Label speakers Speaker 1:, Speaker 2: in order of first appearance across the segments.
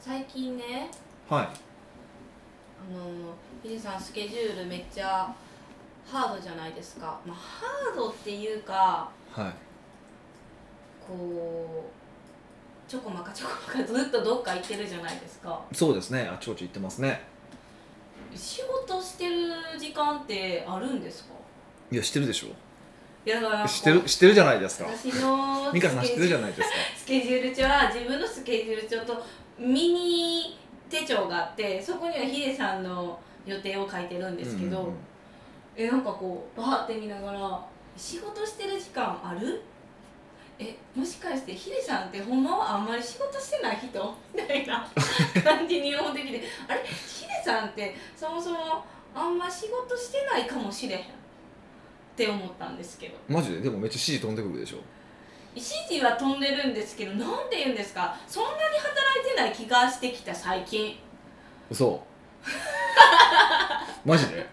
Speaker 1: 最近ね
Speaker 2: はい
Speaker 1: あのヒデさんスケジュールめっちゃハードじゃないですか、まあ、ハードっていうか
Speaker 2: はい
Speaker 1: こうちょこまかちょこまかずっとどっか行ってるじゃないですか
Speaker 2: そうですねあちこち行ってますね
Speaker 1: 仕事してる時間ってあるんですか
Speaker 2: いやしてるでしょ
Speaker 1: いやだから
Speaker 2: してるしてるじゃないですか
Speaker 1: 私の
Speaker 2: 美香さん知ってるじゃ
Speaker 1: い
Speaker 2: ないですか
Speaker 1: スケジュール帳は自分のスケジュール帳とミニ手帳があってそこにはヒデさんの予定を書いてるんですけど、
Speaker 2: うんうんうん
Speaker 1: えなんかこうバーって見ながら仕事してる時間あるえもしかしてヒデさんってほんまはあんまり仕事してない人みたいな感じに思ってきてあれヒデさんってそもそもあんま仕事してないかもしれへんって思ったんですけど
Speaker 2: マジででもめっちゃ指示飛んでくるでしょ
Speaker 1: 指示は飛んでるんですけどなんて言うんですかそんなに働いてない気がしてきた最近
Speaker 2: 嘘マジで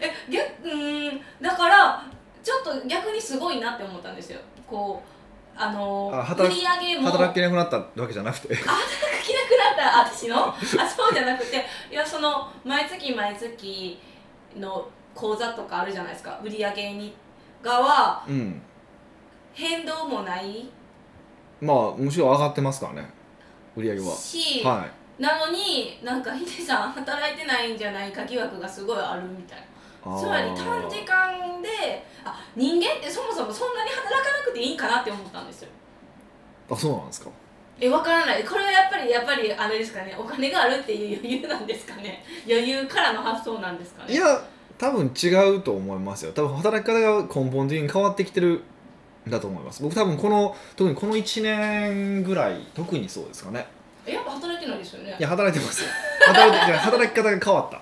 Speaker 1: え逆うーんだからちょっと逆にすごいなって思ったんですよこうあの
Speaker 2: あ
Speaker 1: 売
Speaker 2: 働
Speaker 1: り上げも
Speaker 2: 働けなくなったわけじゃなくて
Speaker 1: 働きなくなった私のあそうじゃなくていやその毎月毎月の口座とかあるじゃないですか売り上げに側
Speaker 2: うん
Speaker 1: 変動もない
Speaker 2: まあむしろ上がってますからね売り上げは
Speaker 1: し、
Speaker 2: は
Speaker 1: なのになんかヒデさん働いてないんじゃないか疑惑がすごいあるみたいないつまり短時間であ人間ってそもそもそんなに働かなくていいんかなって思ったんですよ
Speaker 2: あそうなんですか
Speaker 1: えわからないこれはやっぱりやっぱりあれですかねお金があるっていう余裕なんですかね余裕からの発想なんですかね
Speaker 2: いや多分違うと思いますよ多分働き方が根本的に変わってきてるんだと思います僕多分この特にこの1年ぐらい特にそうですかね
Speaker 1: えやっぱ働いてないですよね
Speaker 2: いや働いてますよ働いていや働き方が変わった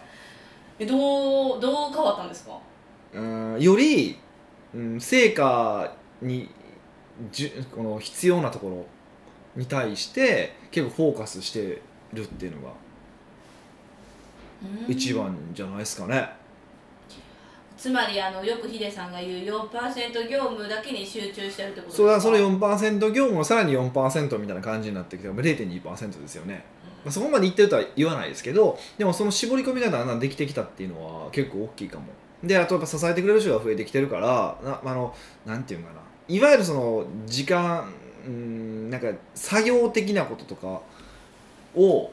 Speaker 1: えどうどう変わったんですか
Speaker 2: うんより、うん、成果にじゅこの必要なところに対して結構フォーカスしてるっていうのが
Speaker 1: うん
Speaker 2: 一番じゃないですかね、
Speaker 1: つまりあのよくヒデさんが言う4%業務だけに集中してるってことですか
Speaker 2: それはその4%業務のさらに4%みたいな感じになってきて0.2%ですよね、まあ、そこまでいってるとは言わないですけどでもその絞り込みがだんだんできてきたっていうのは結構大きいかもであとやっぱ支えてくれる人が増えてきてるからなあのなんていうのかないわゆるその時間うんなんか作業的なこととかを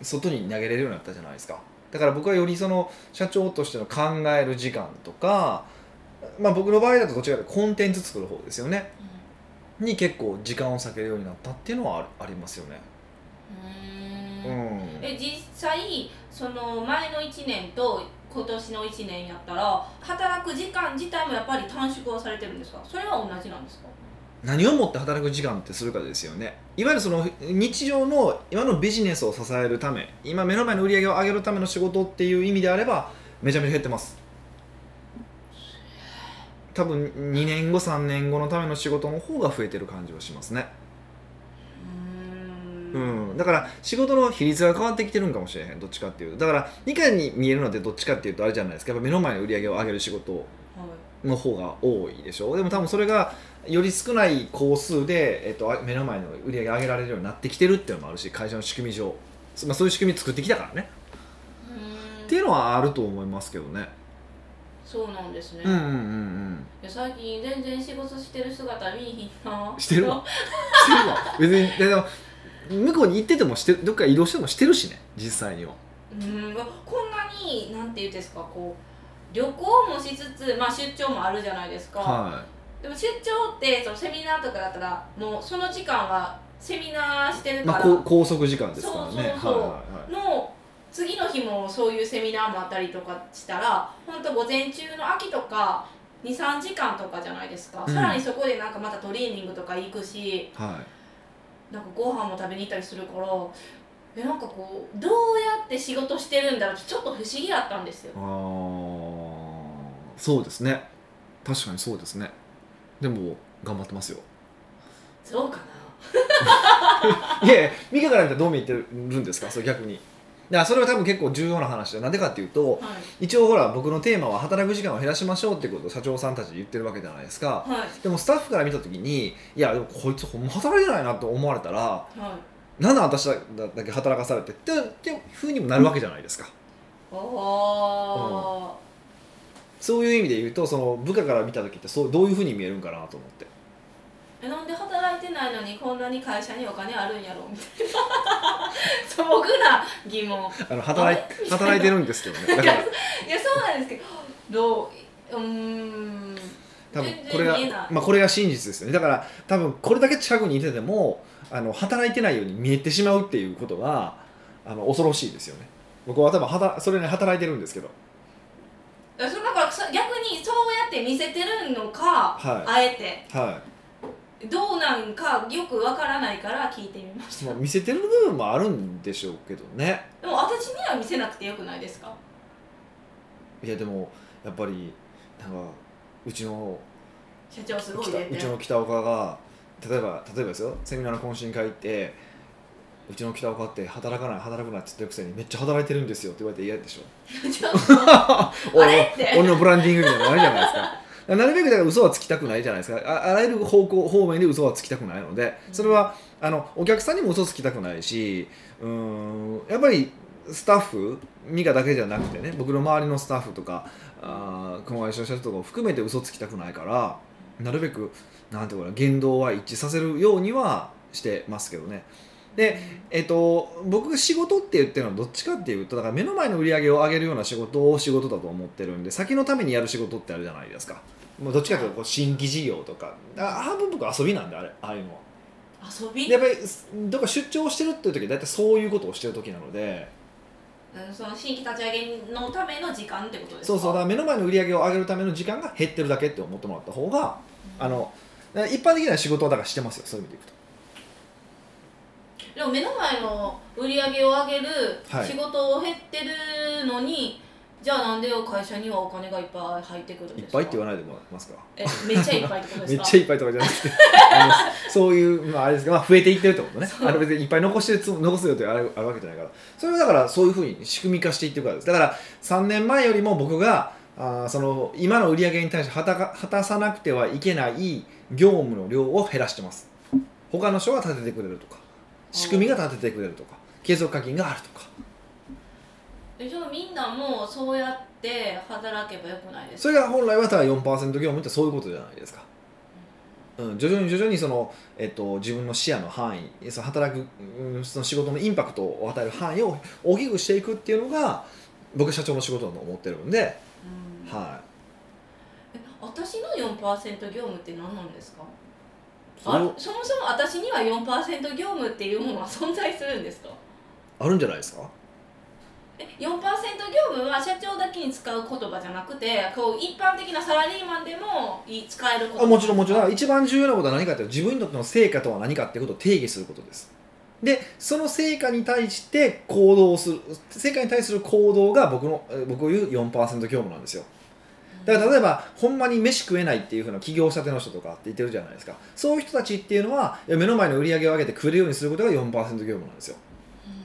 Speaker 2: 外に投げれるようになったじゃないですかだから僕はよりその社長としての考える時間とか、まあ、僕の場合だとどちらかというとコンテンツ作る方ですよねに結構時間を割けるようになったっていうのはあるありますよね。
Speaker 1: うん
Speaker 2: う
Speaker 1: うん
Speaker 2: ん、
Speaker 1: え実際その前の1年と今年の1年やったら働く時間自体もやっぱり短縮はされてるんですかそれは同じなんですか
Speaker 2: 何をもって働く時間ってするかですよねいわゆるその日常の今のビジネスを支えるため今目の前の売り上げを上げるための仕事っていう意味であればめちゃめちゃ減ってます多分2年後3年後のための仕事の方が増えてる感じはしますね、
Speaker 1: う
Speaker 2: うんん、だから仕事の比率が変わってきてるんかもしれへんどっちかっていうとだから理解に見えるのってどっちかっていうとあれじゃないですかやっぱ目の前の売り上げを上げる仕事
Speaker 1: は
Speaker 2: の方が多いでしょでも多分それがより少ない工数で、えっと、あ目の前の売り上げ上げられるようになってきてるっていうのもあるし会社の仕組み上、そまあ、そういう仕組み作ってきたからね、
Speaker 1: い、うん
Speaker 2: っていうのはあると思いますけどね
Speaker 1: そうなんですね、
Speaker 2: うんう
Speaker 1: い
Speaker 2: んうんうん
Speaker 1: や最近全然仕事してる姿見いひんな
Speaker 2: してるしてるわ別にででも向こうに行っててもしてどっか移動してもしてるしね実際には
Speaker 1: うんこんなになんていうんですかこう旅行もしつつ、まあ、出張もあるじゃないですか、
Speaker 2: は
Speaker 1: でも出張ってそのセミナーとかだったらもうその時間はセミナーして
Speaker 2: い、
Speaker 1: るか
Speaker 2: まあ、
Speaker 1: ら、
Speaker 2: こう拘束時間ですからね
Speaker 1: そうそうそう
Speaker 2: はいはいはい
Speaker 1: の次の日もそういうセミナーもあったりとかしたら本当午前中の秋とか23時間とかじゃないですか、
Speaker 2: うん
Speaker 1: さらにそこでなんかまたトレーニングとか行くし
Speaker 2: はい
Speaker 1: なんかご飯も食べに行ったりするからえなんかこうどうやって仕事してるんだろうってちょっと不思議だったんですよ
Speaker 2: あーそうですね確かにそうですねでも頑張ってますよ
Speaker 1: そうかない
Speaker 2: やいや美香から見たらどう見えてるんですかそれ逆にだからそれは多分結構重要な話でなんでかっていうと
Speaker 1: はい
Speaker 2: 一応ほら僕のテーマは働く時間を減らしましょうってことを社長さんたち言ってるわけじゃないですか
Speaker 1: はい
Speaker 2: でもスタッフから見た時にいやでもこいつほんま働いてないなと思われたら
Speaker 1: はい
Speaker 2: なんで私だけ働かされてってっていうふうにもなるわけじゃないですか
Speaker 1: おお
Speaker 2: そういう意味で言うとその部下から見た時ってそうどういうふうに見えるんかなと思って
Speaker 1: えなんで働いてないのにこんなに会社にお金あるんやろみた いな素朴な疑問
Speaker 2: あの働
Speaker 1: あれ
Speaker 2: い働いてるんですけどねだから
Speaker 1: いやそうなんですけどどううーん
Speaker 2: 多分
Speaker 1: 全然
Speaker 2: これが
Speaker 1: 見えない、
Speaker 2: まあ、これが真実ですよねだから多分これだけ近くにいててもあの働いてないように見えてしまうっていうことがあの恐ろしいですよね僕は多分はたそれに働いてるんですけど
Speaker 1: いやそれだからそ逆にそうやって見せてるのか、
Speaker 2: は
Speaker 1: あえて
Speaker 2: いは
Speaker 1: どうなんかよくわからないから聞いてみまし
Speaker 2: い、
Speaker 1: た
Speaker 2: まあ、見せてる部分もあるんでしょうけどね
Speaker 1: でも私には見せなくてよくないですか
Speaker 2: いやでもやっぱりなんかうちの
Speaker 1: 社長すごい
Speaker 2: 北
Speaker 1: ね
Speaker 2: うちの北岡が例えば例えばですよセミナーの懇親会行ってうちの北岡って働かない働くなって言ってるくせにめっちゃ働いてるんですよって言われて嫌でしょ
Speaker 1: ちょっとあれって
Speaker 2: 俺のブランディングみたいなのあるじゃないですか だからなるべくだから嘘はつきたくないじゃないですかああらゆる方向方面で嘘はつきたくないのでそれはあのお客さんにも嘘つきたくないしうーんやっぱりスタッフミカだけじゃなくてね僕の周りのスタッフとかあー熊谷社長とかを含めて嘘つきたくないからなるべくなんていうかな言動は一致させるようにはしてますけどねでえっと、僕が仕事って言ってるのはどっちかっていうとだから目の前の売り上げを上げるような仕事を仕事だと思ってるんで先のためにやる仕事ってあるじゃないですかもうどっちかというとこう新規事業とかあ半分僕遊びなんであれああいうのは
Speaker 1: 遊び
Speaker 2: でやっぱりすどっか出張してるっていう時は大体そういうことをしてる時なので
Speaker 1: うんその新規立ち上げのための時間ってことですか
Speaker 2: そうそうだから目の前の売り上げを上げるための時間が減ってるだけって思ってもらった方があの一般的な仕事はだからしてますよそういう意味でいくと。
Speaker 1: でも目の前の売り上げを上げる
Speaker 2: はい
Speaker 1: 仕事を減ってるのに、じゃあなんで会社にはお金がいっぱい入ってくるんで
Speaker 2: い
Speaker 1: す
Speaker 2: っ
Speaker 1: か
Speaker 2: ぱいって言わないでもらえますか
Speaker 1: えめっちゃいっぱいってことです
Speaker 2: めっ
Speaker 1: か
Speaker 2: ちゃいっぱいとかじゃなくてあのそういう、まあ、あれですか、まあ、増えていってるってことね
Speaker 1: そう
Speaker 2: あれ別にいっぱい残してるつも残すよってあれあるわけじゃないからそれはだからそういうふうに仕組み化していってるからですだから3年前よりも僕があーその今の売り上げに対して果たか果たさなくてはいけない業務の量を減らしてます他の人が立ててくれるとか仕組みが立ててくれるとか継続課金があるとか
Speaker 1: えじゃあみんなもうそうやって働けばよくないです
Speaker 2: それが本来はただ4%業務ってそういうことじゃないですか、うん、徐々に徐々にその、えっと、自分の視野の範囲その働く、うん、その仕事のインパクトを与える範囲を大きくしていくっていうのが僕社長の仕事だと思ってるんで、
Speaker 1: うん
Speaker 2: はい
Speaker 1: え私の4%業務って何なんですか
Speaker 2: そ
Speaker 1: あ
Speaker 2: れ
Speaker 1: そもそも私には4%業務っていうものは存在するんですか
Speaker 2: あるんじゃないですか
Speaker 1: え4%業務は社長だけに使う言葉じゃなくてこう一般的なサラリーマンでもい使える言葉
Speaker 2: あもちろんもちろんだ
Speaker 1: は
Speaker 2: から一番重要なことは何かっていうと自分にとっての成果とは何かっていうことを定義することですでその成果に対して行動をする成果に対する行動が僕のえ僕を言う4%業務なんですよだから例えばほんまに飯食えないっていうふうな起業したての人とかって言ってるじゃないですかそういう人たちっていうのはいや目の前の売り上げを上げてくれるようにすることが4%業務なんですよ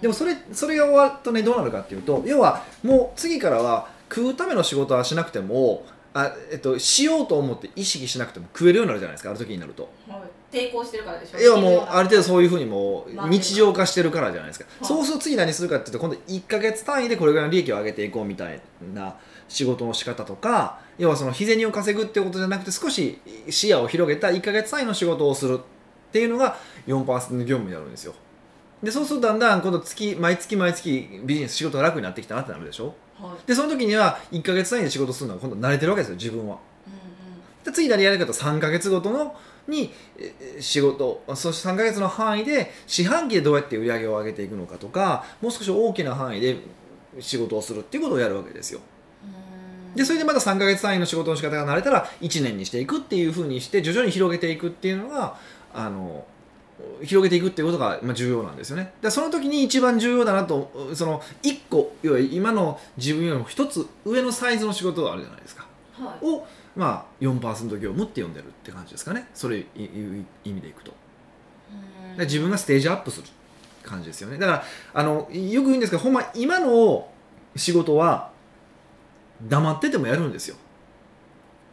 Speaker 2: でもそれそれが終わるとねどうなるかっていうと要はもう次からは食うための仕事はしなくてもあ、えっと、しようと思って意識しなくても食えるようになるじゃないですかある時になると
Speaker 1: はい抵抗してるからでしょ
Speaker 2: 要はもうある程度そういうふうにも
Speaker 1: まあ
Speaker 2: う日常化してるからじゃないですか
Speaker 1: はい
Speaker 2: そうすると次何するかっていうと今度1か月単位でこれぐらいの利益を上げていこうみたいな仕事の仕方とか要はその日銭を稼ぐっていうことじゃなくて少し視野を広げた1か月単位の仕事をするっていうのが4%業務になるんですよでそうするとだんだん今度月毎月毎月ビジネス仕事が楽になってきたなってなるでしょ
Speaker 1: はい
Speaker 2: でその時には1か月単位で仕事するのが今度慣れてるわけですよ自分は
Speaker 1: う
Speaker 2: で次何やるかと3か月ごとのにえー仕事そして3か月の範囲で四半期でどうやって売り上げを上げていくのかとかもう少し大きな範囲で仕事をするっていうことをやるわけですよ
Speaker 1: んうんうん
Speaker 2: でそれでまた3か月単位の仕事の仕方が慣れたら1年にしていくっていうふうにして徐々に広げていくっていうのがあの広げていくっていうことがまあ重要なんですよねでその時に一番重要だなとその1個要は今の自分よりも1つ上のサイズの仕事があるじゃないですか
Speaker 1: はい
Speaker 2: を、まあ、4%業務って呼んでるって感じですかねそれいいう意味でいくと
Speaker 1: うん
Speaker 2: で自分がステージアップする感じですよねだからあのよく言うんですけどほんま今の仕事は黙っててもやるんですよ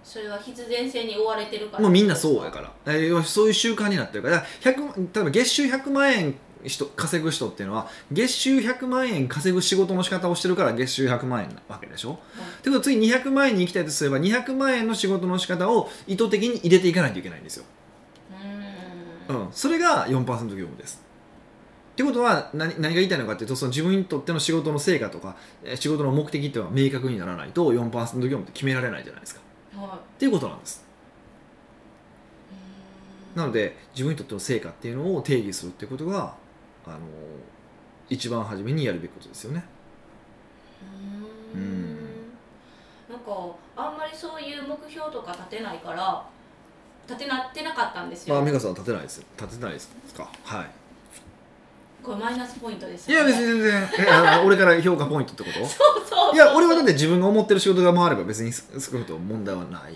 Speaker 1: それは必然性に追われてるから
Speaker 2: もうみんなそうやからえーそういう習慣になってるから100例えば月収100万円人稼ぐ人っていうのは月収100万円稼ぐ仕事の仕方をしてるから月収100万円なわけでしょってことは次200万円に行きたいとすれば200万円の仕事の仕方を意図的に入れていかないといけないんですよ、
Speaker 1: う
Speaker 2: うんん、それが4%業務ですってことは何何が言いたいのかっていうとその自分にとっての仕事の成果とかえー仕事の目的っていうのは明確にならないと4%業務って決められないじゃないですか
Speaker 1: は
Speaker 2: っていうことなんです
Speaker 1: い
Speaker 2: なので自分にとっての成果っていうのを定義するっていうことがあの一番初めにやるべきことですよね。
Speaker 1: うーん
Speaker 2: うん
Speaker 1: なんかあんまりそういう目標とか立てないから立てなってなかったんです
Speaker 2: ま
Speaker 1: よ、
Speaker 2: あ美香さんは立てないです立てないですか。はい。
Speaker 1: これマイナスポイントです
Speaker 2: いや別に全然えあの俺から評価ポイントってこ
Speaker 1: そうそうそう
Speaker 2: と？
Speaker 1: い
Speaker 2: いや俺はだっ
Speaker 1: て
Speaker 2: て自分が思ってる仕事が回れば別に少なくとも問題はない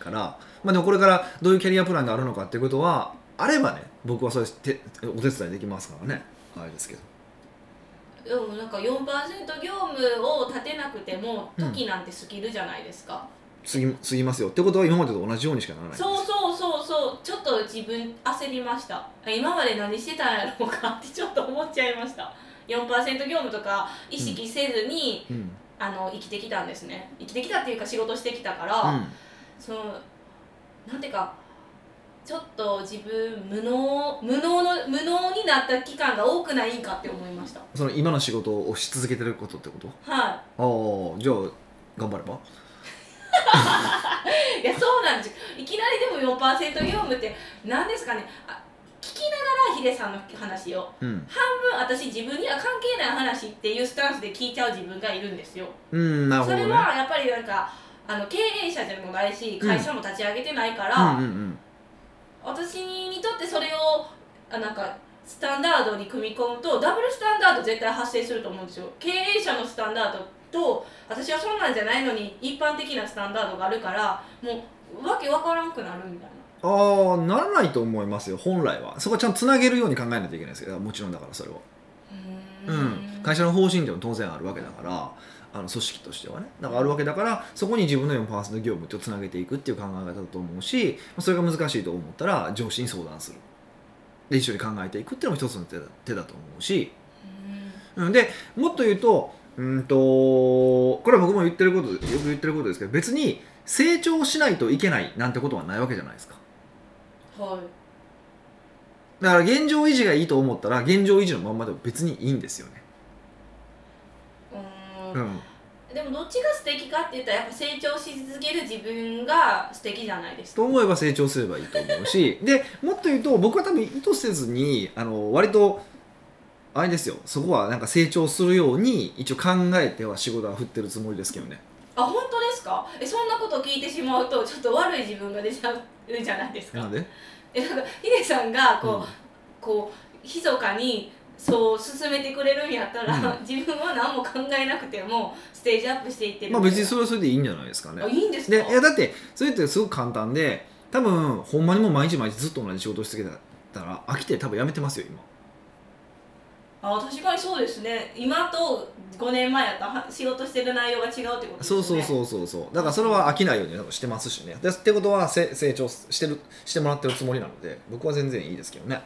Speaker 2: から、まあでもこれからどういうキャリアプランがあるのかっていうことはあればね僕はそれてお手伝いできますからねあれですけど。
Speaker 1: でもなんか4%業務を立てなくても
Speaker 2: うん
Speaker 1: 時なんて過ぎるじゃないですか、
Speaker 2: 過ぎ過ぎますよってことは今までと同じようにしかならないんです。
Speaker 1: そうそうそうそうちょっと自分焦りました今まで何してたんやろうかってちょっと思っちゃいました4%業務とか意識せずに、
Speaker 2: うん。
Speaker 1: あの生きてきたんですね生きてきたっていうか仕事してきたから、
Speaker 2: うん。
Speaker 1: そのなんていうかちょっと自分無能無能の無能になった期間が多くないんかって思いました
Speaker 2: その今の仕事をし続けてることってこと？
Speaker 1: は
Speaker 2: ああじゃあ頑張れば
Speaker 1: いいやそうなんですよいきなりでも4%業務って何ですかねあ聞きながらヒデさんの話を
Speaker 2: う
Speaker 1: 多
Speaker 2: ん、
Speaker 1: 分私自分には関係ない話っていうスタンスで聞いちゃう自分がいるんですよ
Speaker 2: うん、なる
Speaker 1: そ
Speaker 2: ほどね
Speaker 1: れはやっぱりなんかあの経営者でもないし会社も立ち上げてないから、
Speaker 2: うんうん
Speaker 1: 私にとってそれをあなんかスタンダードに組み込むとダブルスタンダード絶対発生すると思うんですよ経営者のスタンダードと私はそんなんじゃないのに一般的なスタンダードがあるからもうわけわからんくなるみたいな
Speaker 2: うん、ああならないと思いますよ本来はそこはちゃんとつなげるように考えないといけないですけどもちろんだからそれは、うん会
Speaker 1: 社
Speaker 2: 社の方針っていうのは当然あるわけだからあの組織としてはねだからあるわけだからそこに自分の4%業務とつなげていくっていう考え方だと思うしそれが難しいと思ったら上司に相談するで一緒に考えていくっていうのも一つの手だ手だと思うしうん、でもっと言うとうんとこれは僕も言ってることよく言ってることですけど別に成長しないといけないなんてことはないわけじゃないですか
Speaker 1: はい
Speaker 2: だから現状維持がいいと思ったら現状維持のまんまでも別にいいんですよね、
Speaker 1: うーん
Speaker 2: うん、
Speaker 1: でもどっちが素敵かって言ったらやっぱ成長し続ける自分が素敵じゃないですか
Speaker 2: と思えば成長すればいいと思うし でもっと言うと僕は多分意図せずにあの割とあれですよそこはなんか成長するように一応考えては仕事は振ってるつもりですけどね
Speaker 1: あ本当ですかえそんなこと聞いてしまうとちょっと悪い自分が出ちゃうじゃないですか
Speaker 2: なんで、
Speaker 1: えなんかヒデさんがこう、
Speaker 2: うん
Speaker 1: こう密かにそう進めてくれるんやったら、
Speaker 2: う
Speaker 1: 自分は何も考えなくてもステージアップしていってる
Speaker 2: まあ別にそれはそれでいいんじゃないですかね
Speaker 1: あいいんですか
Speaker 2: でいやだってそれってすごく簡単で多分ほんまにもう毎日毎日ずっと同じ仕事をし続けたら飽きて多分やめてますよ今
Speaker 1: あ確かにそうですね今と5年前やったらは仕事してる内容が違うってことですね
Speaker 2: そうそうそうそうそうだからそれは飽きないように多分してますしねでってことはせ成長してるしてもらってるつもりなので僕は全然いいですけどね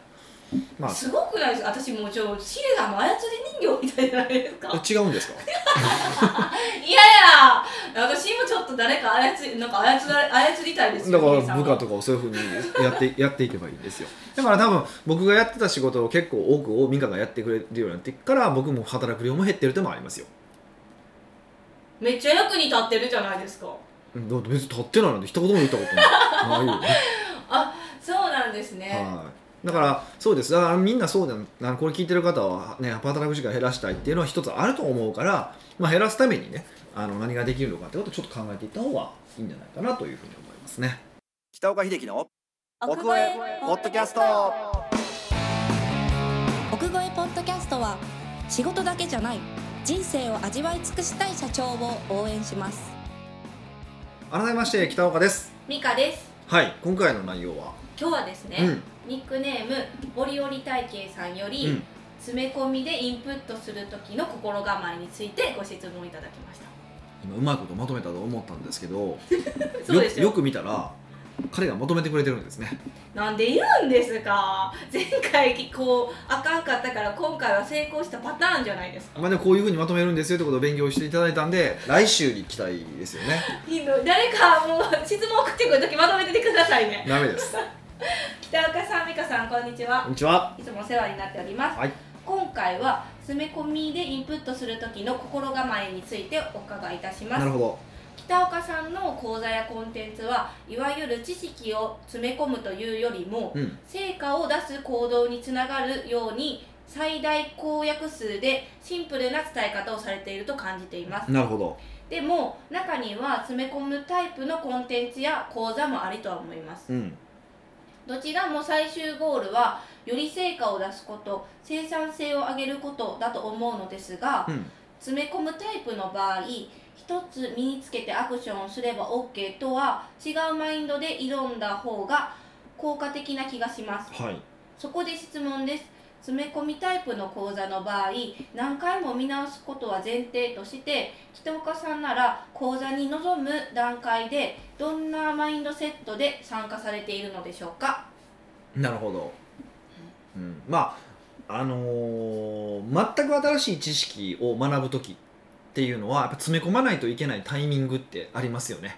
Speaker 2: まあ
Speaker 1: すごくないですか私もうちょヒデさんの操り人形みたいじゃないですか
Speaker 2: 違うんですか
Speaker 1: いやいや私もちょっと誰か操りなんか操ら操りたいです
Speaker 2: だ
Speaker 1: よ
Speaker 2: か
Speaker 1: ヒデさ
Speaker 2: ら
Speaker 1: ん
Speaker 2: 部
Speaker 1: は
Speaker 2: 下とかをそういうふうにやって やっていけばいいんですよだから多分僕がやってた仕事を結構多くを美香がやってくれるようになってから僕も働く量も減ってるってのもありますよ
Speaker 1: めっちゃ役に立ってるじゃないですか
Speaker 2: だって別に立ってないなんて一言も言ったことないないよ
Speaker 1: そうなんですね、
Speaker 2: はい、だからそうですだからみんなそうだなこれ聞いてる方は、ね、働く時間減らしたいっていうのは一つあると思うから、まあ、減らすためにねあの何ができるのかってことをちょっと考えていった方がいいんじゃないかなというふうに思いますね北岡秀樹の
Speaker 3: 奥越えポッドキャスト
Speaker 4: 奥越えポッドキャストは仕事だけじゃない人生を味わい尽くしたい社長を応援します
Speaker 2: 改めまして北岡です
Speaker 1: ミカです
Speaker 2: はい今回の内容は、
Speaker 1: 今日はですね、
Speaker 2: うん
Speaker 1: ニックネームオリオリ体型さんより、
Speaker 2: うん
Speaker 1: 詰め込みでインプットする時の心構えについてご質問いただきました
Speaker 2: 今うまいことまとめたと思ったんですけど
Speaker 1: そうですよ
Speaker 2: よくよく見たら彼が求めてくれてるんですね
Speaker 1: なんで言うんですか前回こうあかんかったから今回は成功したパターンじゃないですか
Speaker 2: まあでもこういうふうにまとめるんですよってことを勉強していただいたん で来週に期待ですよね
Speaker 1: いいの誰かもう質問送ってくるときまとめててくださいね
Speaker 2: ダメです
Speaker 1: 北岡さん美香さんこんにちは
Speaker 2: こんにちはい
Speaker 1: つもお世話になっております、
Speaker 2: はい
Speaker 1: 今回は詰め込みでインプットする時の心構えについてお伺いいたしま
Speaker 2: な
Speaker 1: す
Speaker 2: るほど
Speaker 1: 北岡さんの講座やコンテンツはいわゆる知識を詰め込むというよりも
Speaker 2: うん
Speaker 1: 成果を出す行動につながるように最大公約数でシンプルな伝え方をされていると感じています
Speaker 2: なるほど
Speaker 1: でも中には詰め込むタイプのコンテンツや講座もありとは思います
Speaker 2: うん
Speaker 1: どちらも最終ゴールはより成果を出すこと生産性を上げることだと思うのですが、
Speaker 2: うん
Speaker 1: 詰め込むタイプの場合一つ身につけてアクションをすれば OK とは違うマインドで挑んだ方が効果的な気がします
Speaker 2: はい
Speaker 1: そこで質問です詰め込みタイプの講座の場合何回も見直すことは前提として北岡さんなら講座に臨む段階でどんなマインドセットで参加されているのでしょうか
Speaker 2: なるほど、うん、まああのー全く新しい知識を学ぶ時っていうのはやっぱ詰め込まないといけないタイミングってありますよね。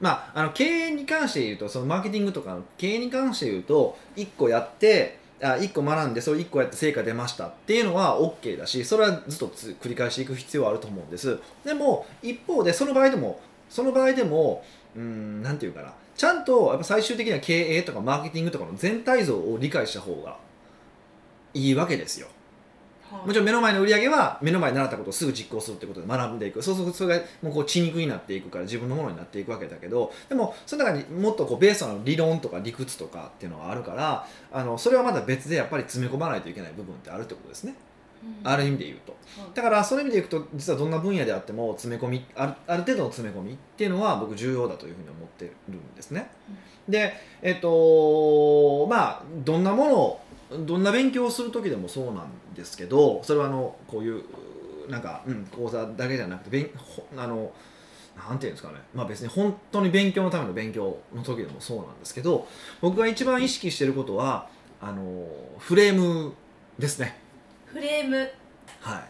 Speaker 2: まあ、あの経営に関して言うとそのマーケティングとかの経営に関して言うと1個やってあ1個学んでそれ1個やって成果出ましたっていうのは OK だしそれはずっとつ繰り返していく必要はあると思うんですでも一方でその場合でもその場合でもうーんなんていうかなちゃんとやっぱ最終的には経営とかマーケティングとかの全体像を理解した方がいいわけですよもちろん目の前の売り上げは目の前に習ったことをすぐ実行するってことで学んでいくそうするとそれがもうこう血肉になっていくから自分のものになっていくわけだけどでもその中にもっとこうベースの理論とか理屈とかっていうのがあるからあのそれはまだ別でやっぱり詰め込まないといけない部分ってあるってことですねある意味で言うとだからそういう意味でいくと実はどんな分野であっても詰め込みあるある程度の詰め込みっていうのは僕重要だというふうに思ってるんですね。でえっとまあどんなものをどんな勉強をする時でもそうなんですけどそれはあのこういうなんか、うん、講座だけじゃなくて勉ほあのなんていうんですかね、まあ、別に本当に勉強のための勉強の時でもそうなんですけど僕が一番意識してることはあのフレームですね。
Speaker 1: フレーム
Speaker 2: はい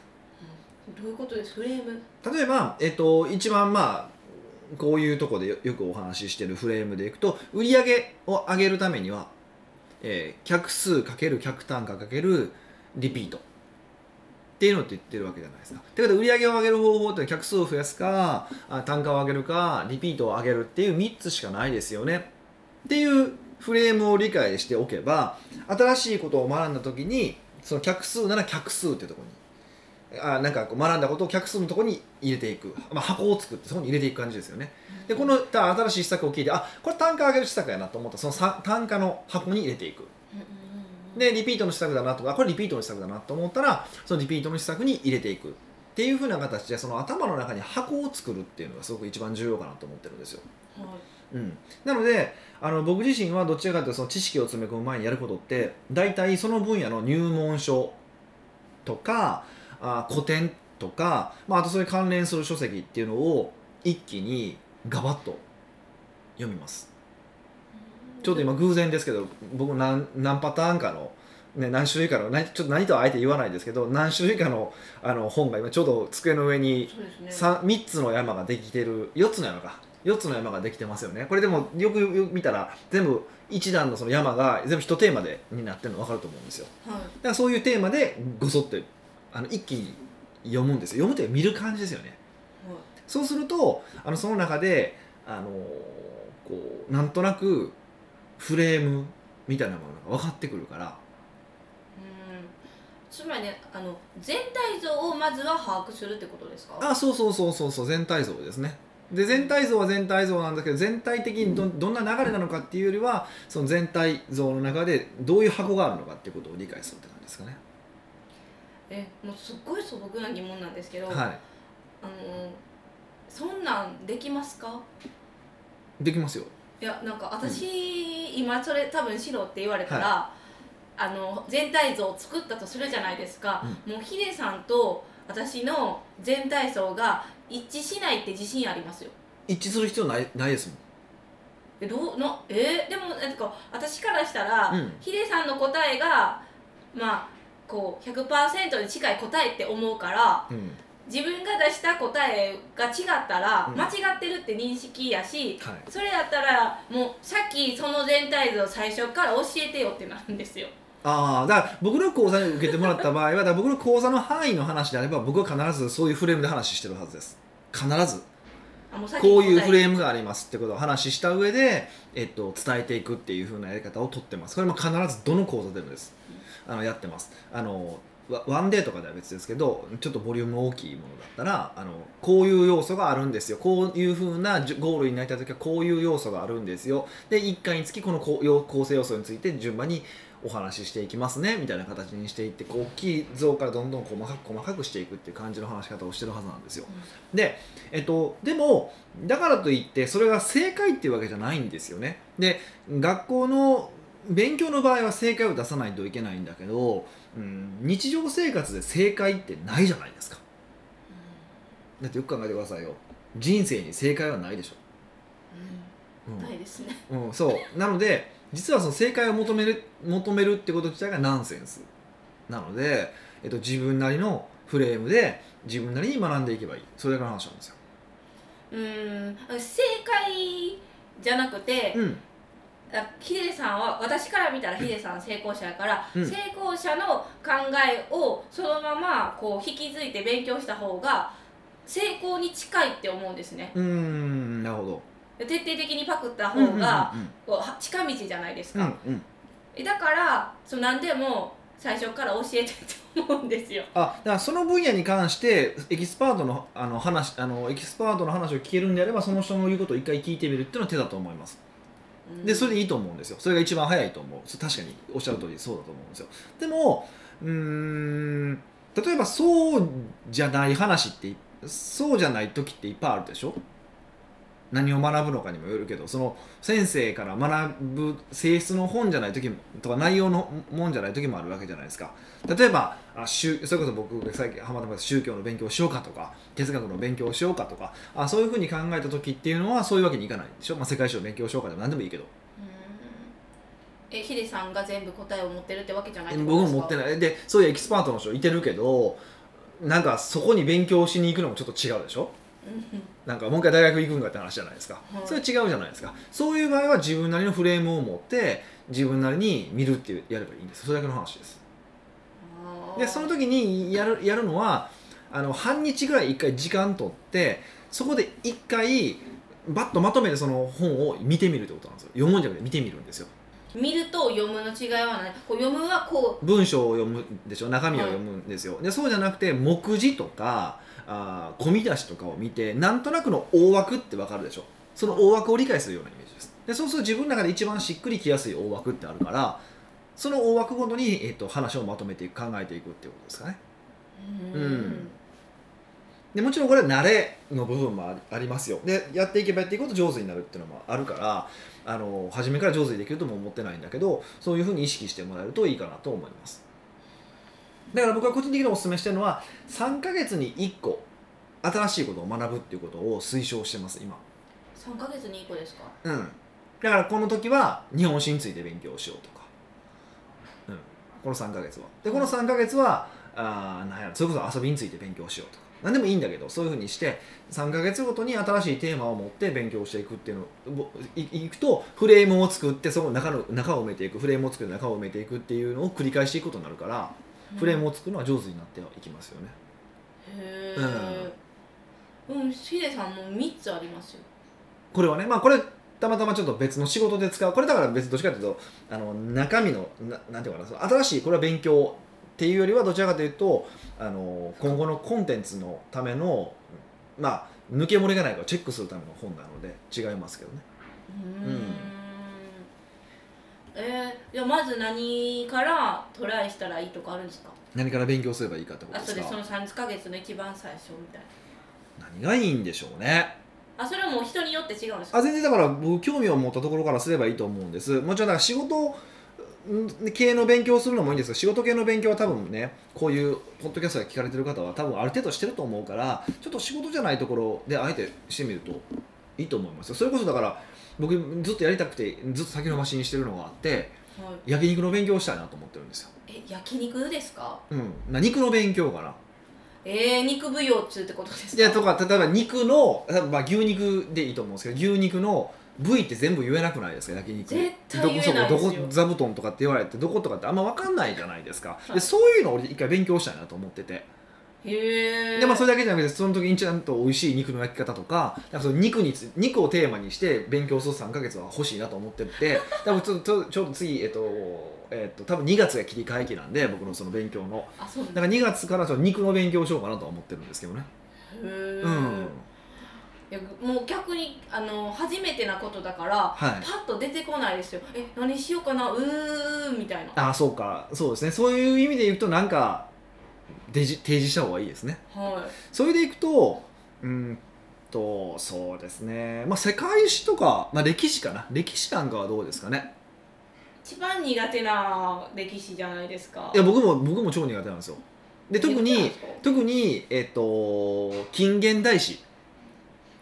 Speaker 1: どういうことですフレーム
Speaker 2: 例えば、えっと、一番まあこういうとこでよよくお話ししてるフレームでいくと売り上げを上げるためには、えー客数かける客単価かけるリピートっていうのって言ってるわけじゃないですか。ということで売り上げを上げる方法って客数を増やすかあ単価を上げるかリピートを上げるっていう3つしかないですよねっていうフレームを理解しておけば新しいことを学んだ時にその客数なら客数ってところにあなんかこう学んだことを客数のところに入れていく、まあ、箱を作ってそこに入れていく感じですよねでこのた新しい施策を聞いてあこれ単価上げる施策やなと思ったらそのさ単価の箱に入れていくでリピートの施策だなとかあこれリピートの施策だなと思ったらそのリピートの施策に入れていくっていうふうな形でその頭の中に箱を作るっていうのがすごく一番重要かなと思ってるんですようん、なのであの僕自身はどちらかというとその知識を詰め込む前にやることって大体その分野の入門書とかあ古典とか、まあ、あとそれに関連する書籍っていうのを一気にガバッと読みますちょっと今偶然ですけど僕何何パターンかの、ね、何種類かの何ちょっと何とはあえて言わないですけど何種類かのあの本が今ちょうど机の上に
Speaker 1: そうですね
Speaker 2: 三三つの山ができてる四つの山か四つの山ができてますよねこれでもよくよく見たら全部一段のその山が全部一テーマでになってるの分かると思うんですよ
Speaker 1: はい
Speaker 2: だからそういうテーマでごそってあの一気に読むんですよ読むというか見る感じですよねそうするとあのその中であのーこうなんとなくフレームみたいなものが分かってくるから
Speaker 1: うんつまりねあの全体像をまずは把握するってことですか
Speaker 2: あそうそうそうそうそう全体像ですねで全体像は全体像なんだけど全体的にどどんな流れなのかっていうよりはその全体像の中でどういう箱があるのかっていうことを理解するって感じですかね
Speaker 1: えもうすっごい素朴な疑問なんですけど、
Speaker 2: は
Speaker 1: あのそんなんできますか
Speaker 2: いできますよ
Speaker 1: いやなんか私、今それ多分しろって言われたら、あの全体像を作ったとするじゃないですか、もうヒデさんと私の全体像が一致しないって自信ありますよ
Speaker 2: 一致する必要ないないですもん
Speaker 1: えどうなえーでもなんか私からしたら、
Speaker 2: うん
Speaker 1: ヒデさんの答えがまあこう100%に近い答えって思うから
Speaker 2: うん
Speaker 1: 自分が出した答えが違ったら
Speaker 2: うん
Speaker 1: 間違ってるって認識やし、
Speaker 2: はい
Speaker 1: それやったらもうさっきその全体像を最初から教えてよってなるんですよ。
Speaker 2: ああだから僕の講座に受けてもらった場合はだから僕の講座の範囲の話であれば僕は必ずそういうフレームで話してるはずです必ず
Speaker 1: あもうさっき
Speaker 2: こういうフレ
Speaker 1: ム
Speaker 2: ームがありますってことを話した上で、えっと、伝えていくっていう風なやり方をとってますこれも必ずどの講座でもですあのやってますあのワワンデーとかでは別ですけどちょっとボリューム大きいものだったらあのこういう要素があるんですよこういう風なじゅゴールになりたい時はこういう要素があるんですよで1回につきこのこう要構成要素について順番にお話ししていきますねみたいな形にしていってこう大きい像からどんどん細かく細かくしていくっていう感じの話し方をしてるはずなんですよ。で、えっと、でもだからといってそれが正解っていうわけじゃないんですよね。で学校の勉強の場合は正解を出さないといけないんだけど、うん、日常生活で正解ってないじゃないですか。だってよく考えてくださいよ人生に正解はないでしょ。うん
Speaker 1: ないですね。
Speaker 2: うん、そうなので実はその正解を求める求めるってこと自体がナンセンスなので、えっと、自分なりのフレームで自分なりに学んでいけばいいそれだけの話なんですよ。
Speaker 1: うん正解じゃなくて、
Speaker 2: うん、
Speaker 1: あヒデさんは私から見たらヒデさんは成功者やから、
Speaker 2: うん
Speaker 1: 成功者の考えをそのままこう引き継いで勉強した方が成功に近いって思うんですね
Speaker 2: うーんなるほど。
Speaker 1: 徹底的にパクった方が
Speaker 2: うんうん
Speaker 1: こうは近道じゃないです
Speaker 2: うん
Speaker 1: か
Speaker 2: うん、うんうん
Speaker 1: えだからそう何でも最初から教えてって思うんですよ
Speaker 2: あだからその分野に関してエキスパートのあの話あのエキスパートの話を聞けるんであればその人の言うことを一回聞いてみるっていうのは手だと思います。でそれでいいと思うんですよそれが一番早いと思うそう確かにおっしゃる通りそうだと思うんですよでもうーん例えばそうじゃない話ってそうじゃない時っていっぱいあるでしょ何を学ぶのかにもよるけどその先生から学ぶ性質の本じゃない時もとか内容のもんじゃない時もあるわけじゃないですか例えばあ宗それこそ僕が最近ハマってます宗教の勉強をしようかとか哲学の勉強をしようかとかあそういうふうに考えた時っていうのはそういうわけにいかないでしょ、まあ、世界史を勉強しようかでも何でもいいけど
Speaker 1: うんえヒデさんが全部答えを持ってるってわけじゃないって
Speaker 2: 僕
Speaker 1: こと
Speaker 2: も
Speaker 1: ですか
Speaker 2: 持ってないでそういうエキスパートの人いてるけどなんかそこに勉強しに行くのもちょっと違うでしょ
Speaker 1: うん
Speaker 2: なんかもう一回大学行くんかって話じゃないですか、
Speaker 1: はい
Speaker 2: それ違うじゃないですかそういう場合は自分なりのフレームを持って自分なりに見るっていうやればいいんですそれだけの話です
Speaker 1: あー
Speaker 2: でその時にやるやるのはあの半日ぐらい一回時間取ってそこで一回バッとまとめてその本を見てみるってことなんですよ読むんじゃなくて見てみるんですよ
Speaker 1: 見ると読むの違いはないこう読むはこ
Speaker 2: 文章を読むでしょ中身を読むんですよ、でそうじゃなくて目次とかあー込み出しとかを見てなんとなくの大枠ってわかるでしょその大枠を理解するようなイメージですでそうすると自分の中で一番しっくりきやすい大枠ってあるからその大枠ごとに、えっと話をまとめていく考えていくっていうことですかね
Speaker 1: う
Speaker 2: うんでもちろんこれは慣れの部分もありありますよでやっていけばやっていくほど上手になるっていうのもあるからあの初めから上手にできるとも思ってないんだけどそういうふうに意識してもらえるといいかなと思いますだから僕は個人的にお勧めしてるのは3ヶ月に1個新しいことを学ぶっていうことを推奨してます今
Speaker 1: 3ヶ月に1個ですか
Speaker 2: うんだからこの時は日本史について勉強しようとか、うん、この3ヶ月はでこの3ヶ月はあーなんやろそれこそ遊びについて勉強しようとか何でもいいんだけどそういうふうにして3ヶ月ごとに新しいテーマを持って勉強していくっていうのぼいいくとフレームを作ってその中の中を埋めていくフレームを作って中を埋めていくっていうのを繰り返していくことになるから、フレームを作るのは上手になってはいきますよね
Speaker 1: へえうんヒデさんも3つありますよ
Speaker 2: これはねまあこれたまたまちょっと別の仕事で使うこれだから別どっちかというとあの中身のななんていうのかな新しいこれは勉強っていうよりはどちらかというとあの今後のコンテンツのためのまあ抜け漏れがないかをチェックするための本なので違いますけどね
Speaker 1: うん
Speaker 2: うん
Speaker 1: えー、じゃあまず何からトライしたらいいとかあるんですか
Speaker 2: 何から勉強すればいいかってこと
Speaker 1: あ
Speaker 2: で
Speaker 1: そ
Speaker 2: す
Speaker 1: れその
Speaker 2: か
Speaker 1: 3ヶ月の一番最初みたい
Speaker 2: 何がいいんでしょうね
Speaker 1: なあそれはもう人によって違うんですか
Speaker 2: あ全然だから僕興味を持ったところからすればいいと思うんですもちろんだから仕事ん系の勉強をするのもいいんですが仕事系の勉強は多分ねこういうポッドキャストが聞かれてる方は多分ある程度してると思うからちょっと仕事じゃないところであえてしてみるといいと思いますよそれこそだから僕ずっとやりたくてずっと先延ばしにしてるのがあって
Speaker 1: はい
Speaker 2: 焼肉の勉強をしたいなと思ってるんですよ、
Speaker 1: え焼肉ですか
Speaker 2: うん、な肉の勉強かな
Speaker 1: えー、肉舞踊中ってことです
Speaker 2: い
Speaker 1: か
Speaker 2: やとか例えば肉の例えばまあ牛肉でいいと思うんですけど牛肉の部位って全部言えなくないですか焼肉
Speaker 1: 絶対言えないですよ
Speaker 2: どこそこどこ座布団とかって言われてどことかってあんま分かんないじゃないですか、
Speaker 1: はい
Speaker 2: でそういうのを俺一回勉強したいなと思ってて
Speaker 1: へえ
Speaker 2: でまあ、それだけじゃなくてその時にちゃんと美味しい肉の焼き方とかなんかその肉につ肉をテーマにして勉強する3か月は欲しいなと思ってて 多分ちょっとちょっと次えっと、えっと、多分2月が切り替え期なんで僕のその勉強の
Speaker 1: あそうなん
Speaker 2: だ
Speaker 1: だ
Speaker 2: から2月からその肉の勉強をしようかなとは思ってるんですけどね
Speaker 1: へー
Speaker 2: うん
Speaker 1: いやもう逆にあの初めてなことだから
Speaker 2: はい
Speaker 1: パッと出てこないですよえ何しようかなうーみたいな
Speaker 2: ああそうかそうですねそういう意味で言うとなんかでじ提示した方がいいですね
Speaker 1: は
Speaker 2: それでいくとうーんとそうですねまあ世界史とか、まあ、歴史かな歴史なんかはどうですかね
Speaker 1: い一番苦手な歴史じゃないですか
Speaker 2: いや僕も僕も超苦手なんですよで
Speaker 1: 言
Speaker 2: 特
Speaker 1: っ
Speaker 2: に
Speaker 1: てたんですか
Speaker 2: 特にえっ、と近現代史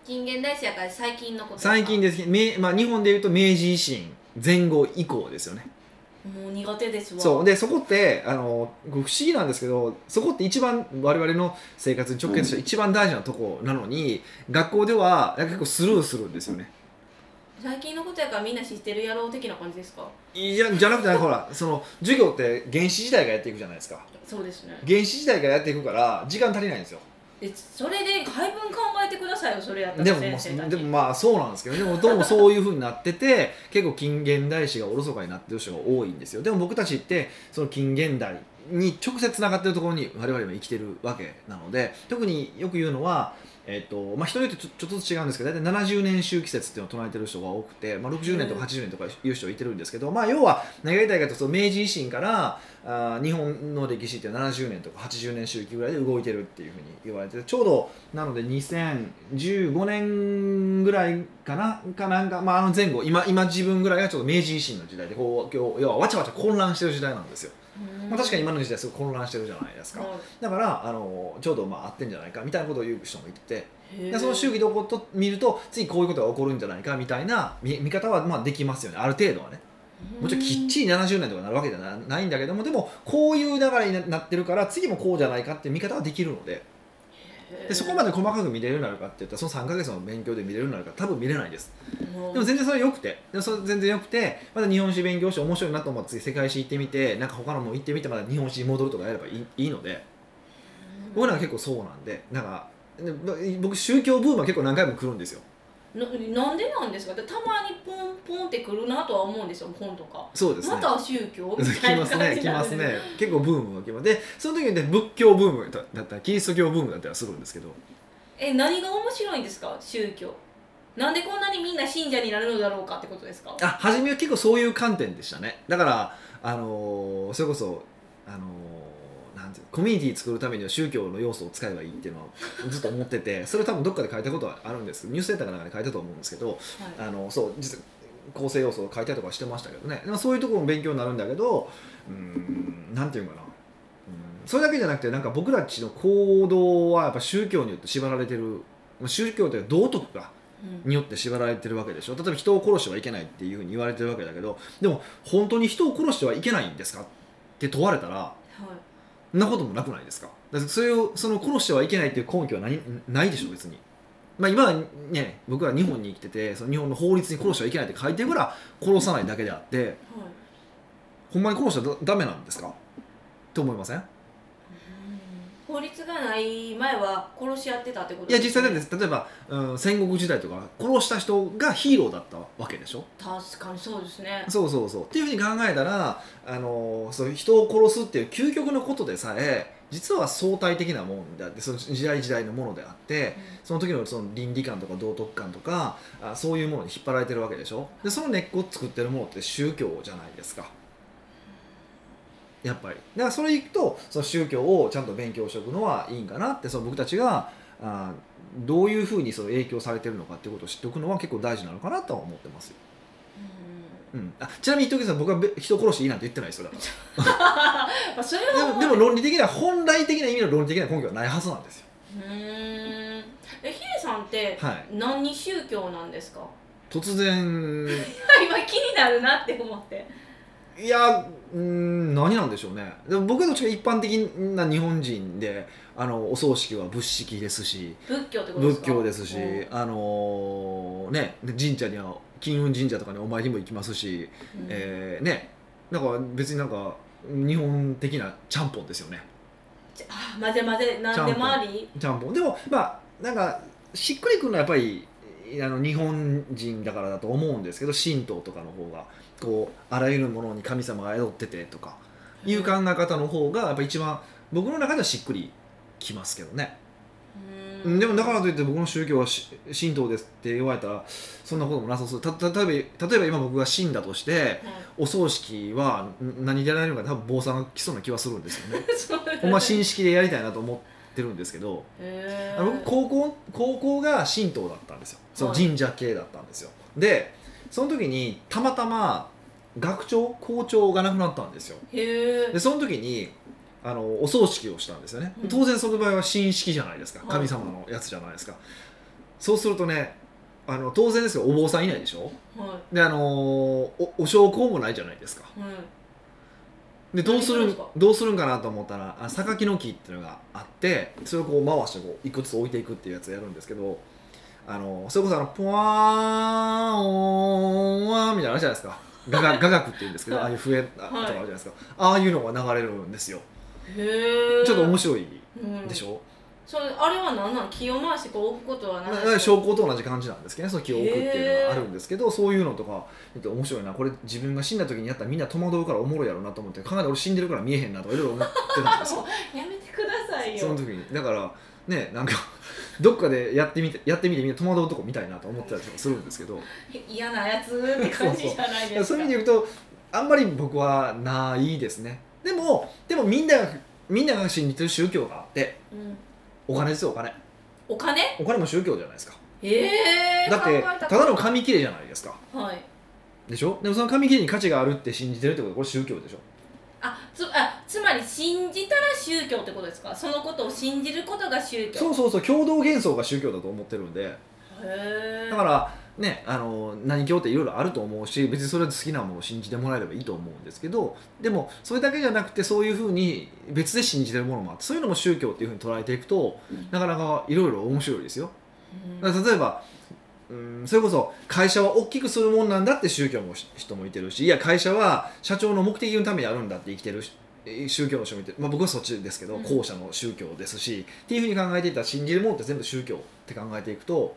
Speaker 1: 近現代史やから最近のこと
Speaker 2: 最近
Speaker 1: で
Speaker 2: です明まあ、日本でいうと明治維新前後以降ですよね
Speaker 1: もう苦手ですわ
Speaker 2: そうでそこってあの不思議なんですけどそこって一番我々の生活に直結した一番大事なとこなのに、学校ではなんか結構スルーするんですよね
Speaker 1: 最近のことやからみんな知ってるやろう的な感じですか
Speaker 2: いやじゃなくてなんかほらその授業って原始時代がやっていくじゃないですか
Speaker 1: そうですね
Speaker 2: 原始時代からやっていくから時間足りないんですよ
Speaker 1: えそれで配分考えてくださいよそれやったら
Speaker 2: でもま
Speaker 1: 先生た
Speaker 2: あ
Speaker 1: ち
Speaker 2: でもまあそうなんですけどでもどうもそういうふうになってて 結構近現代史がおろそかになってる人が多いんですよでも僕たちってその近現代に直接つながってるところに我々は生きてるわけなので特によく言うのは、えっとまあ、人によってちょちょっとずつ違うんですけど大体70年周期説っていうのを唱えてる人が多くて、まあ、60年とか80年とかいう人いてるんですけど、まあ、要は何が言いたいかというとその明治維新からあー日本の歴史って70年とか80年周期ぐらいで動いてるっていうふうに言われててちょうどなので2015年ぐらいかなかなんか、まあ、あの前後今今自分ぐらいがちょっと明治維新の時代でこう今日要はわちゃわちゃ混乱してる時代なんですよ、
Speaker 1: うん
Speaker 2: まあ、確かに今の時代すごい混乱してるじゃないですか、
Speaker 1: は
Speaker 2: だからあのちょうどまあ合ってんじゃないかみたいなことを言う人もいてて
Speaker 1: いへー
Speaker 2: でその周期で起こっと見ると次こういうことが起こるんじゃないかみたいな見見方はまあできますよねある程度はねもちろんきっちり70年とかなるわけじゃなないんだけどもでもこういう流れにななってるから次もこうじゃないかっていう見方はできるのででそこまで細かく見れるようになるかっていったらその3ヶ月の勉強で見れるようになるか多分見れないです
Speaker 1: でも
Speaker 2: でも全然それ良くてでもそれ全然良くてまた日本史勉強して面白いなと思って次世界史行ってみてなんか他のも行ってみてまた日本史に戻るとかやればいいいいので僕なんか結構そうなんでなんかでぼ僕宗教ブームは結構何回も来るんですよ
Speaker 1: ななんでなんですかだたまにポンポンってくるなとは思うんですよ本とか
Speaker 2: そうですね
Speaker 1: また宗教みた
Speaker 2: 来
Speaker 1: いな
Speaker 2: ます
Speaker 1: 感
Speaker 2: ね
Speaker 1: じ
Speaker 2: 来
Speaker 1: な
Speaker 2: ま
Speaker 1: んです
Speaker 2: ね結構ブームが来ますでその時にね仏教ブームだったりキリスト教ブームだったりはするんですけど
Speaker 1: え何が面白いんですか宗教なんでこんなにみんな信者になるのだろうかってことですか
Speaker 2: あ初めは結構そういう観点でしたねだからあのーそれこそあのーなんていうのコミュニティ作るためには宗教の要素を使えばいいっていうのはずっと思ってて それ多分どっかで書いたことはあるんですニュースセンターかなんかで書いたと思うんですけど
Speaker 1: はい
Speaker 2: あのそう実は構成要素を変えたりとかしてましたけどね、まあ、そういうところも勉強になるんだけどうーんなんていうのかなうんそれだけじゃなくてなんか僕たちの行動はやっぱ宗教によって縛られてるまあ宗教というか道徳が
Speaker 1: うん
Speaker 2: によって縛られてるわけでしょ例えば人を殺してはいけないっていうふうに言われてるわけだけどでも本当に人を殺してはいけないんですかって問われたら
Speaker 1: はい
Speaker 2: そんなこともなくないですかだからそれをその殺してはいけないっていう根拠はないないでしょ別に、まあ、今はね僕は日本に生きててその日本の法律に殺してはいけないって書いてるから殺さないだけであって
Speaker 1: はい
Speaker 2: ほんまに殺したらダダメなんですかと思いません
Speaker 1: 法律がない前は殺し合ってたってこと
Speaker 2: いや実際だ
Speaker 1: ね
Speaker 2: って例えば、うん、戦国時代とか殺した人がヒーローだったわけでしょ
Speaker 1: 確かにそうですね
Speaker 2: そうそうそうっていうふうに考えたら、あのそう人を殺すっていう究極のことでさえ実は相対的なもんであってその時代時代のものであってその時のその倫理観とか道徳観とかあそういうものに引っ張られてるわけでしょでその根っこを作ってるものって宗教じゃないですかやっぱりだからそれいくとその宗教をちゃんと勉強しておくのはいいんかなってその僕たちがあどういうふうにその影響されてるのかってことを知っておくのは結構大事なのかなとは思ってますよ、うん、あちなみに言っときます僕はべ人殺していいなんて言ってないですよだか
Speaker 1: うんまあそれは
Speaker 2: らでもでも論理的な本来的な意味の論理的な根拠はないはずなんですよ
Speaker 1: うーんえヒデさんって
Speaker 2: はい
Speaker 1: 何宗教なんですか
Speaker 2: 突然
Speaker 1: 今気になるなって思って
Speaker 2: いやうーん何なんでしょうねでも僕はどっちか一般的な日本人であのお葬式は仏式ですし
Speaker 1: 仏教ってことですか
Speaker 2: 仏教ですし
Speaker 1: うん
Speaker 2: あのーね神社には金運神社とかにお参りも行きますし、
Speaker 1: うん
Speaker 2: えーねなんか別になんか日本的なちゃんぽんですよね
Speaker 1: ちゃあ混ぜ混ぜ何でもあり
Speaker 2: ちゃんぽんでもまあなんかしっくりくるのはやっぱりあの日本人だからだと思うんですけど神道とかの方がこうあらゆるものに神様が宿っててとかいう考え方の方がやっぱ一番僕の中ではしっくりきますけどね、
Speaker 1: う
Speaker 2: でもだからといって僕の宗教はし神道ですって言われたらそんなこともなさそうたた例えば例えば今僕が死んだとして お葬式はん何でやられるのか多分坊さんが来そうな気はするんですよね ほんま
Speaker 1: へ
Speaker 2: 新式でやりたいなと思ってるんですけど
Speaker 1: え
Speaker 2: あの僕高校高校が神道だったんですよその神社系だったんですよ、でその時にたまたま学長校長が亡くなったんですよ
Speaker 1: へえ
Speaker 2: でその時にあのお葬式をしたんですよね、
Speaker 1: うん
Speaker 2: 当然その場合は神式じゃないですか
Speaker 1: はい
Speaker 2: 神様のやつじゃないですか、そうするとねあの当然ですよお坊さんいないでしょ
Speaker 1: は
Speaker 2: であのおお焼香もないじゃないですか
Speaker 1: いはい
Speaker 2: でどうす
Speaker 1: 何するん
Speaker 2: るん
Speaker 1: ですか
Speaker 2: どうするんかなと思ったらあ榊の木っていうのがあってそれをこう回してこう一個ずつ置いていくっていうやつをやるんですけどあのそれこそあのポワーンオーンワーンみたいなのあるじゃないですか雅楽雅楽っていうんですけどああいう笛とかあるじゃないですか、ああいうのが流れるんですよ
Speaker 1: へえ
Speaker 2: ちょっと面
Speaker 1: 白
Speaker 2: 白い
Speaker 1: い
Speaker 2: でしょ、
Speaker 1: それあれは何なの気を回してこう置くことは
Speaker 2: う
Speaker 1: 何な
Speaker 2: だから
Speaker 1: の
Speaker 2: 証拠と同じ感じなんですけどねその気を置くっていうの
Speaker 1: へー
Speaker 2: があるんですけどそういうのとか見て面白いなこれ自分が死んだ時にやったらみんな戸惑うからおもろいやろうなと思って考えて俺死んでるから見えへんなとかいろいろ思ってたんですよ
Speaker 1: やめてくださいよ
Speaker 2: その時にだからねなんか どっかでやってみてやってみてみんな戸惑うとこ見たいなと思ってたりとかするんですけど
Speaker 1: 嫌なやつって感じじゃないですか
Speaker 2: そういう意味で言うとあんまり僕はないですねでもでもみんながみんなが信じてる宗教があって
Speaker 1: うん
Speaker 2: お金ですよお金
Speaker 1: お金
Speaker 2: お金も宗教じゃないですか
Speaker 1: ええ
Speaker 2: だって
Speaker 1: 考え
Speaker 2: た
Speaker 1: こと
Speaker 2: だの紙切れじゃないですか
Speaker 1: はい
Speaker 2: でしょでもその紙切れに価値があるって信じてるってことはこれ宗教でしょ
Speaker 1: あつあつまり信じたら宗教ってことですかそのことを信じることが宗教
Speaker 2: そうそうそう共同幻想が宗教だと思ってるんで
Speaker 1: へえ
Speaker 2: だからねあの何教っていろいろあると思うし別にそれは好きなものを信じてもらえればいいと思うんですけどでもそれだけじゃなくてそういうふうに別で信じてるものもあってそういうのも宗教っていうふうに捉えていくとなかなかいろいろ面白いですよ。
Speaker 1: うん
Speaker 2: だから例えばうんそれこそ会社は大きくするもんなんだって宗教の人もいてるしいや会社は社長の目的のためにあるんだって生きてるし宗教の人もいてる、まあ、僕はそっちですけど、
Speaker 1: うん
Speaker 2: 後者の宗教ですしっていうふうに考えていたら信じるものって全部宗教って考えていくと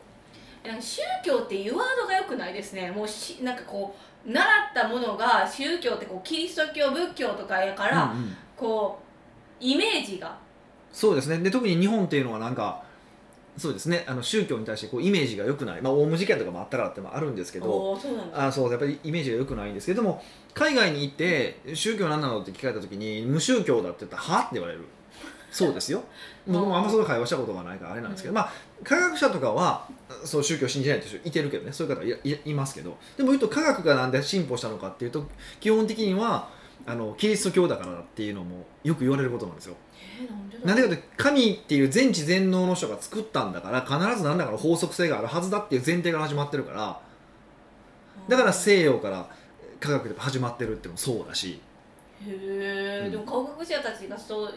Speaker 1: なんか宗教っていうワードが良くないですねもうしなんかこう習ったものが宗教ってこうキリスト教仏教とかやから、
Speaker 2: うんうん
Speaker 1: こうイメージが
Speaker 2: そうですねで特に日本っていうのはなんかそうですねあの宗教に対してこうイメージが良くない、まあ、オウム事件とかもあったからってのもあるんですけど
Speaker 1: おーそうなんだ
Speaker 2: あそうやっぱりイメージが良くないんですけども海外に行って宗教何なのって聞かれた時に無宗教だって言ったらはって言われるそうで すよ僕もあんまそういう会話したことがないからあれなんですけど、
Speaker 1: うん
Speaker 2: まあ科学者とかはそう宗教信じないって人いてるけどねそういう方いいいますけどでも言うと科学がなんで進歩したのかっていうと基本的にはあのキリスト教だからだっていうのもよく言われることなんですよ
Speaker 1: えー、なんでだ
Speaker 2: なんでかというと神っていう全知全能の人が作ったんだから必ず何らかの法則性があるはずだっていう前提から始まってるからだから
Speaker 1: へ
Speaker 2: 西洋から科学で始まってるってのもそうだし
Speaker 1: え、
Speaker 2: うん
Speaker 1: でも科学者たちがそう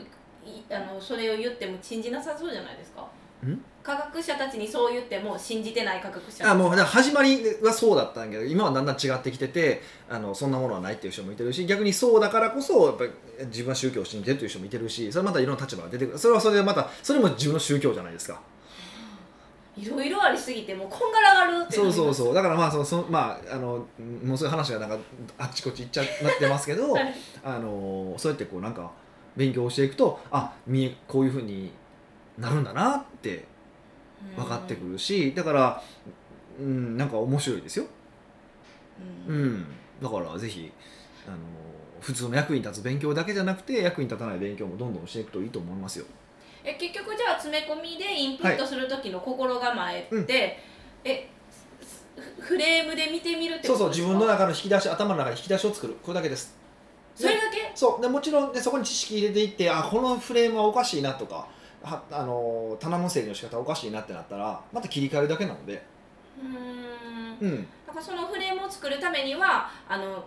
Speaker 1: いあのそれを言っても信じなさそうじゃないですか
Speaker 2: ん
Speaker 1: 科学者たちにそう言っても信じてない科学者
Speaker 2: あもうだから始まりはそうだったんだけど今はだんだん違ってきててあのそんなものはないっていう人もいてるし逆にそうだからこそやっぱり自分は宗教を信じてるという人もいてるしそれはまたいろんな立場が出てくるそれはそれでまたそれも自分の宗教じゃないですか。
Speaker 1: いろいろありすぎてもうこんがらがるってなり
Speaker 2: そ
Speaker 1: ま
Speaker 2: う
Speaker 1: す
Speaker 2: そうそうだからまあそのそのまああのうんもうそういう話がなんかあっちこっち行っちゃなってますけ ど、
Speaker 1: はい
Speaker 2: あのそうやってこうなんか勉強していくとあ見えこういうふうになるんだなって
Speaker 1: うん
Speaker 2: 分かってくるし、だから、うん、なんか面白いですよ、
Speaker 1: う
Speaker 2: うんん、だからぜひあの普通の役に立つ勉強だけじゃなくて役に立たない勉強もどんどんしていくといいと思いますよ。
Speaker 1: え結局じゃあ詰め込みでインプットする時の心構えって、
Speaker 2: うん
Speaker 1: えすフフレームで見てみるって
Speaker 2: そ
Speaker 1: こ
Speaker 2: うそう
Speaker 1: とです
Speaker 2: 自
Speaker 1: か
Speaker 2: 分の中の引き出し頭の中に引き出しを作るこれだけです
Speaker 1: それだけ
Speaker 2: そうでもちろんでそこに知識入れていってあこのフレームはおかしいなとかはあの棚の整理の仕方おかしいなってなったらまた切り替えるだけなので、
Speaker 1: うん
Speaker 2: うん、
Speaker 1: なんかそのフレームを作るためにはあの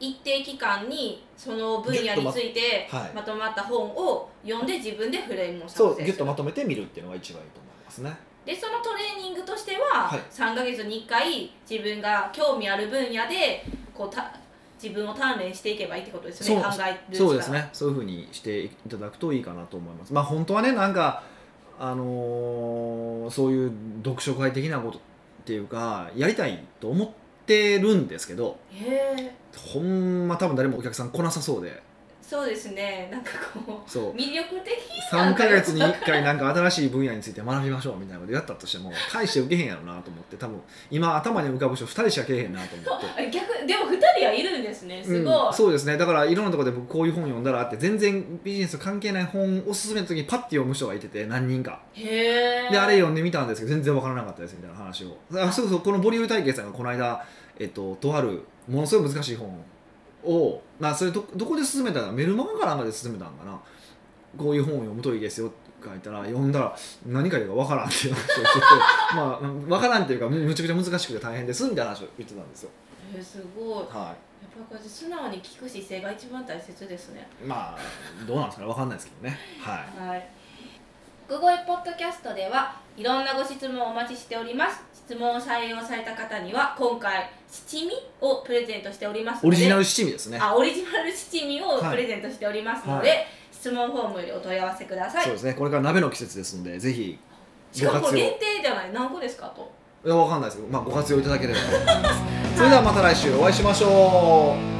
Speaker 1: 一定期間にその分野について
Speaker 2: ギュッとまはい
Speaker 1: まとまった本を読んで自分でフレームを
Speaker 2: そ
Speaker 1: 作
Speaker 2: う
Speaker 1: 成
Speaker 2: ギュッ
Speaker 1: す
Speaker 2: と
Speaker 1: る
Speaker 2: まとめて見るっていうのが一番いいと思いますね。
Speaker 1: でそのトレーニングとしては
Speaker 2: はい
Speaker 1: 3ヶ月に1回自分が興味ある分野でこうた自分を鍛錬していけばいいってことですよね
Speaker 2: そ
Speaker 1: 考
Speaker 2: う
Speaker 1: える力
Speaker 2: そうですねそういうふうにしていただくといいかなと思いますまあ本当はねなんかあのーそういう読書会的なことっていうかやりたいと思ってるんですけど
Speaker 1: へえ
Speaker 2: ほんま多分誰もお客さん来なさそうで
Speaker 1: そうですねなんかこ
Speaker 2: そう
Speaker 1: う魅力的
Speaker 2: 3ヶ月に1回なんか新しい分野について学びましょうみたいなことやったとしても大して受けへんやろなと思って多分今頭に浮かぶ人2人しかけえへんなと思って。
Speaker 1: 逆でも2人はいるんですねすごい、
Speaker 2: うん、そうですねだからいろんなところで僕こういう本読んだらあって全然ビジネス関係ない本おすすめの時にパッて読む人がいてて何人か
Speaker 1: へえ
Speaker 2: であれ読んでみたんですけど全然わからなかったですみたいな話をあそうそうこのボリューム体系さんがこの間、えっと、とあるものすごい難しい本を、まあ、それどどこで勧めたのメルマガかなんかで勧めたんかなこういう本を読むといいですよって書いたら読んだら何かよくわからんっていう話をしてて まあわからんっていうかむむちゃくちゃ難しくて大変ですみたいな話を言ってたんですよ
Speaker 1: えーすごいやっぱ
Speaker 2: は
Speaker 1: こうやって素直に聞く姿勢が一番大切ですね
Speaker 2: いまあどうなんですかねわかんないですけどねはい
Speaker 1: はい国語ポッドキャストではいろんなご質問をお待ちしております質問を採用された方には今回七味をプレゼントしておりますので
Speaker 2: オリジナル七味ですね
Speaker 1: あオリジナル七味をプレゼントしておりますので、
Speaker 2: は
Speaker 1: 質問フォームよりお問い合わせください
Speaker 2: そうですねこれから鍋の季節ですのでぜひ
Speaker 1: しかもこれ限定じゃない何個ですかと
Speaker 2: いや、わかんないですけど、まあ、ご活用いただければと思います。それではまた来週お会いしましょう。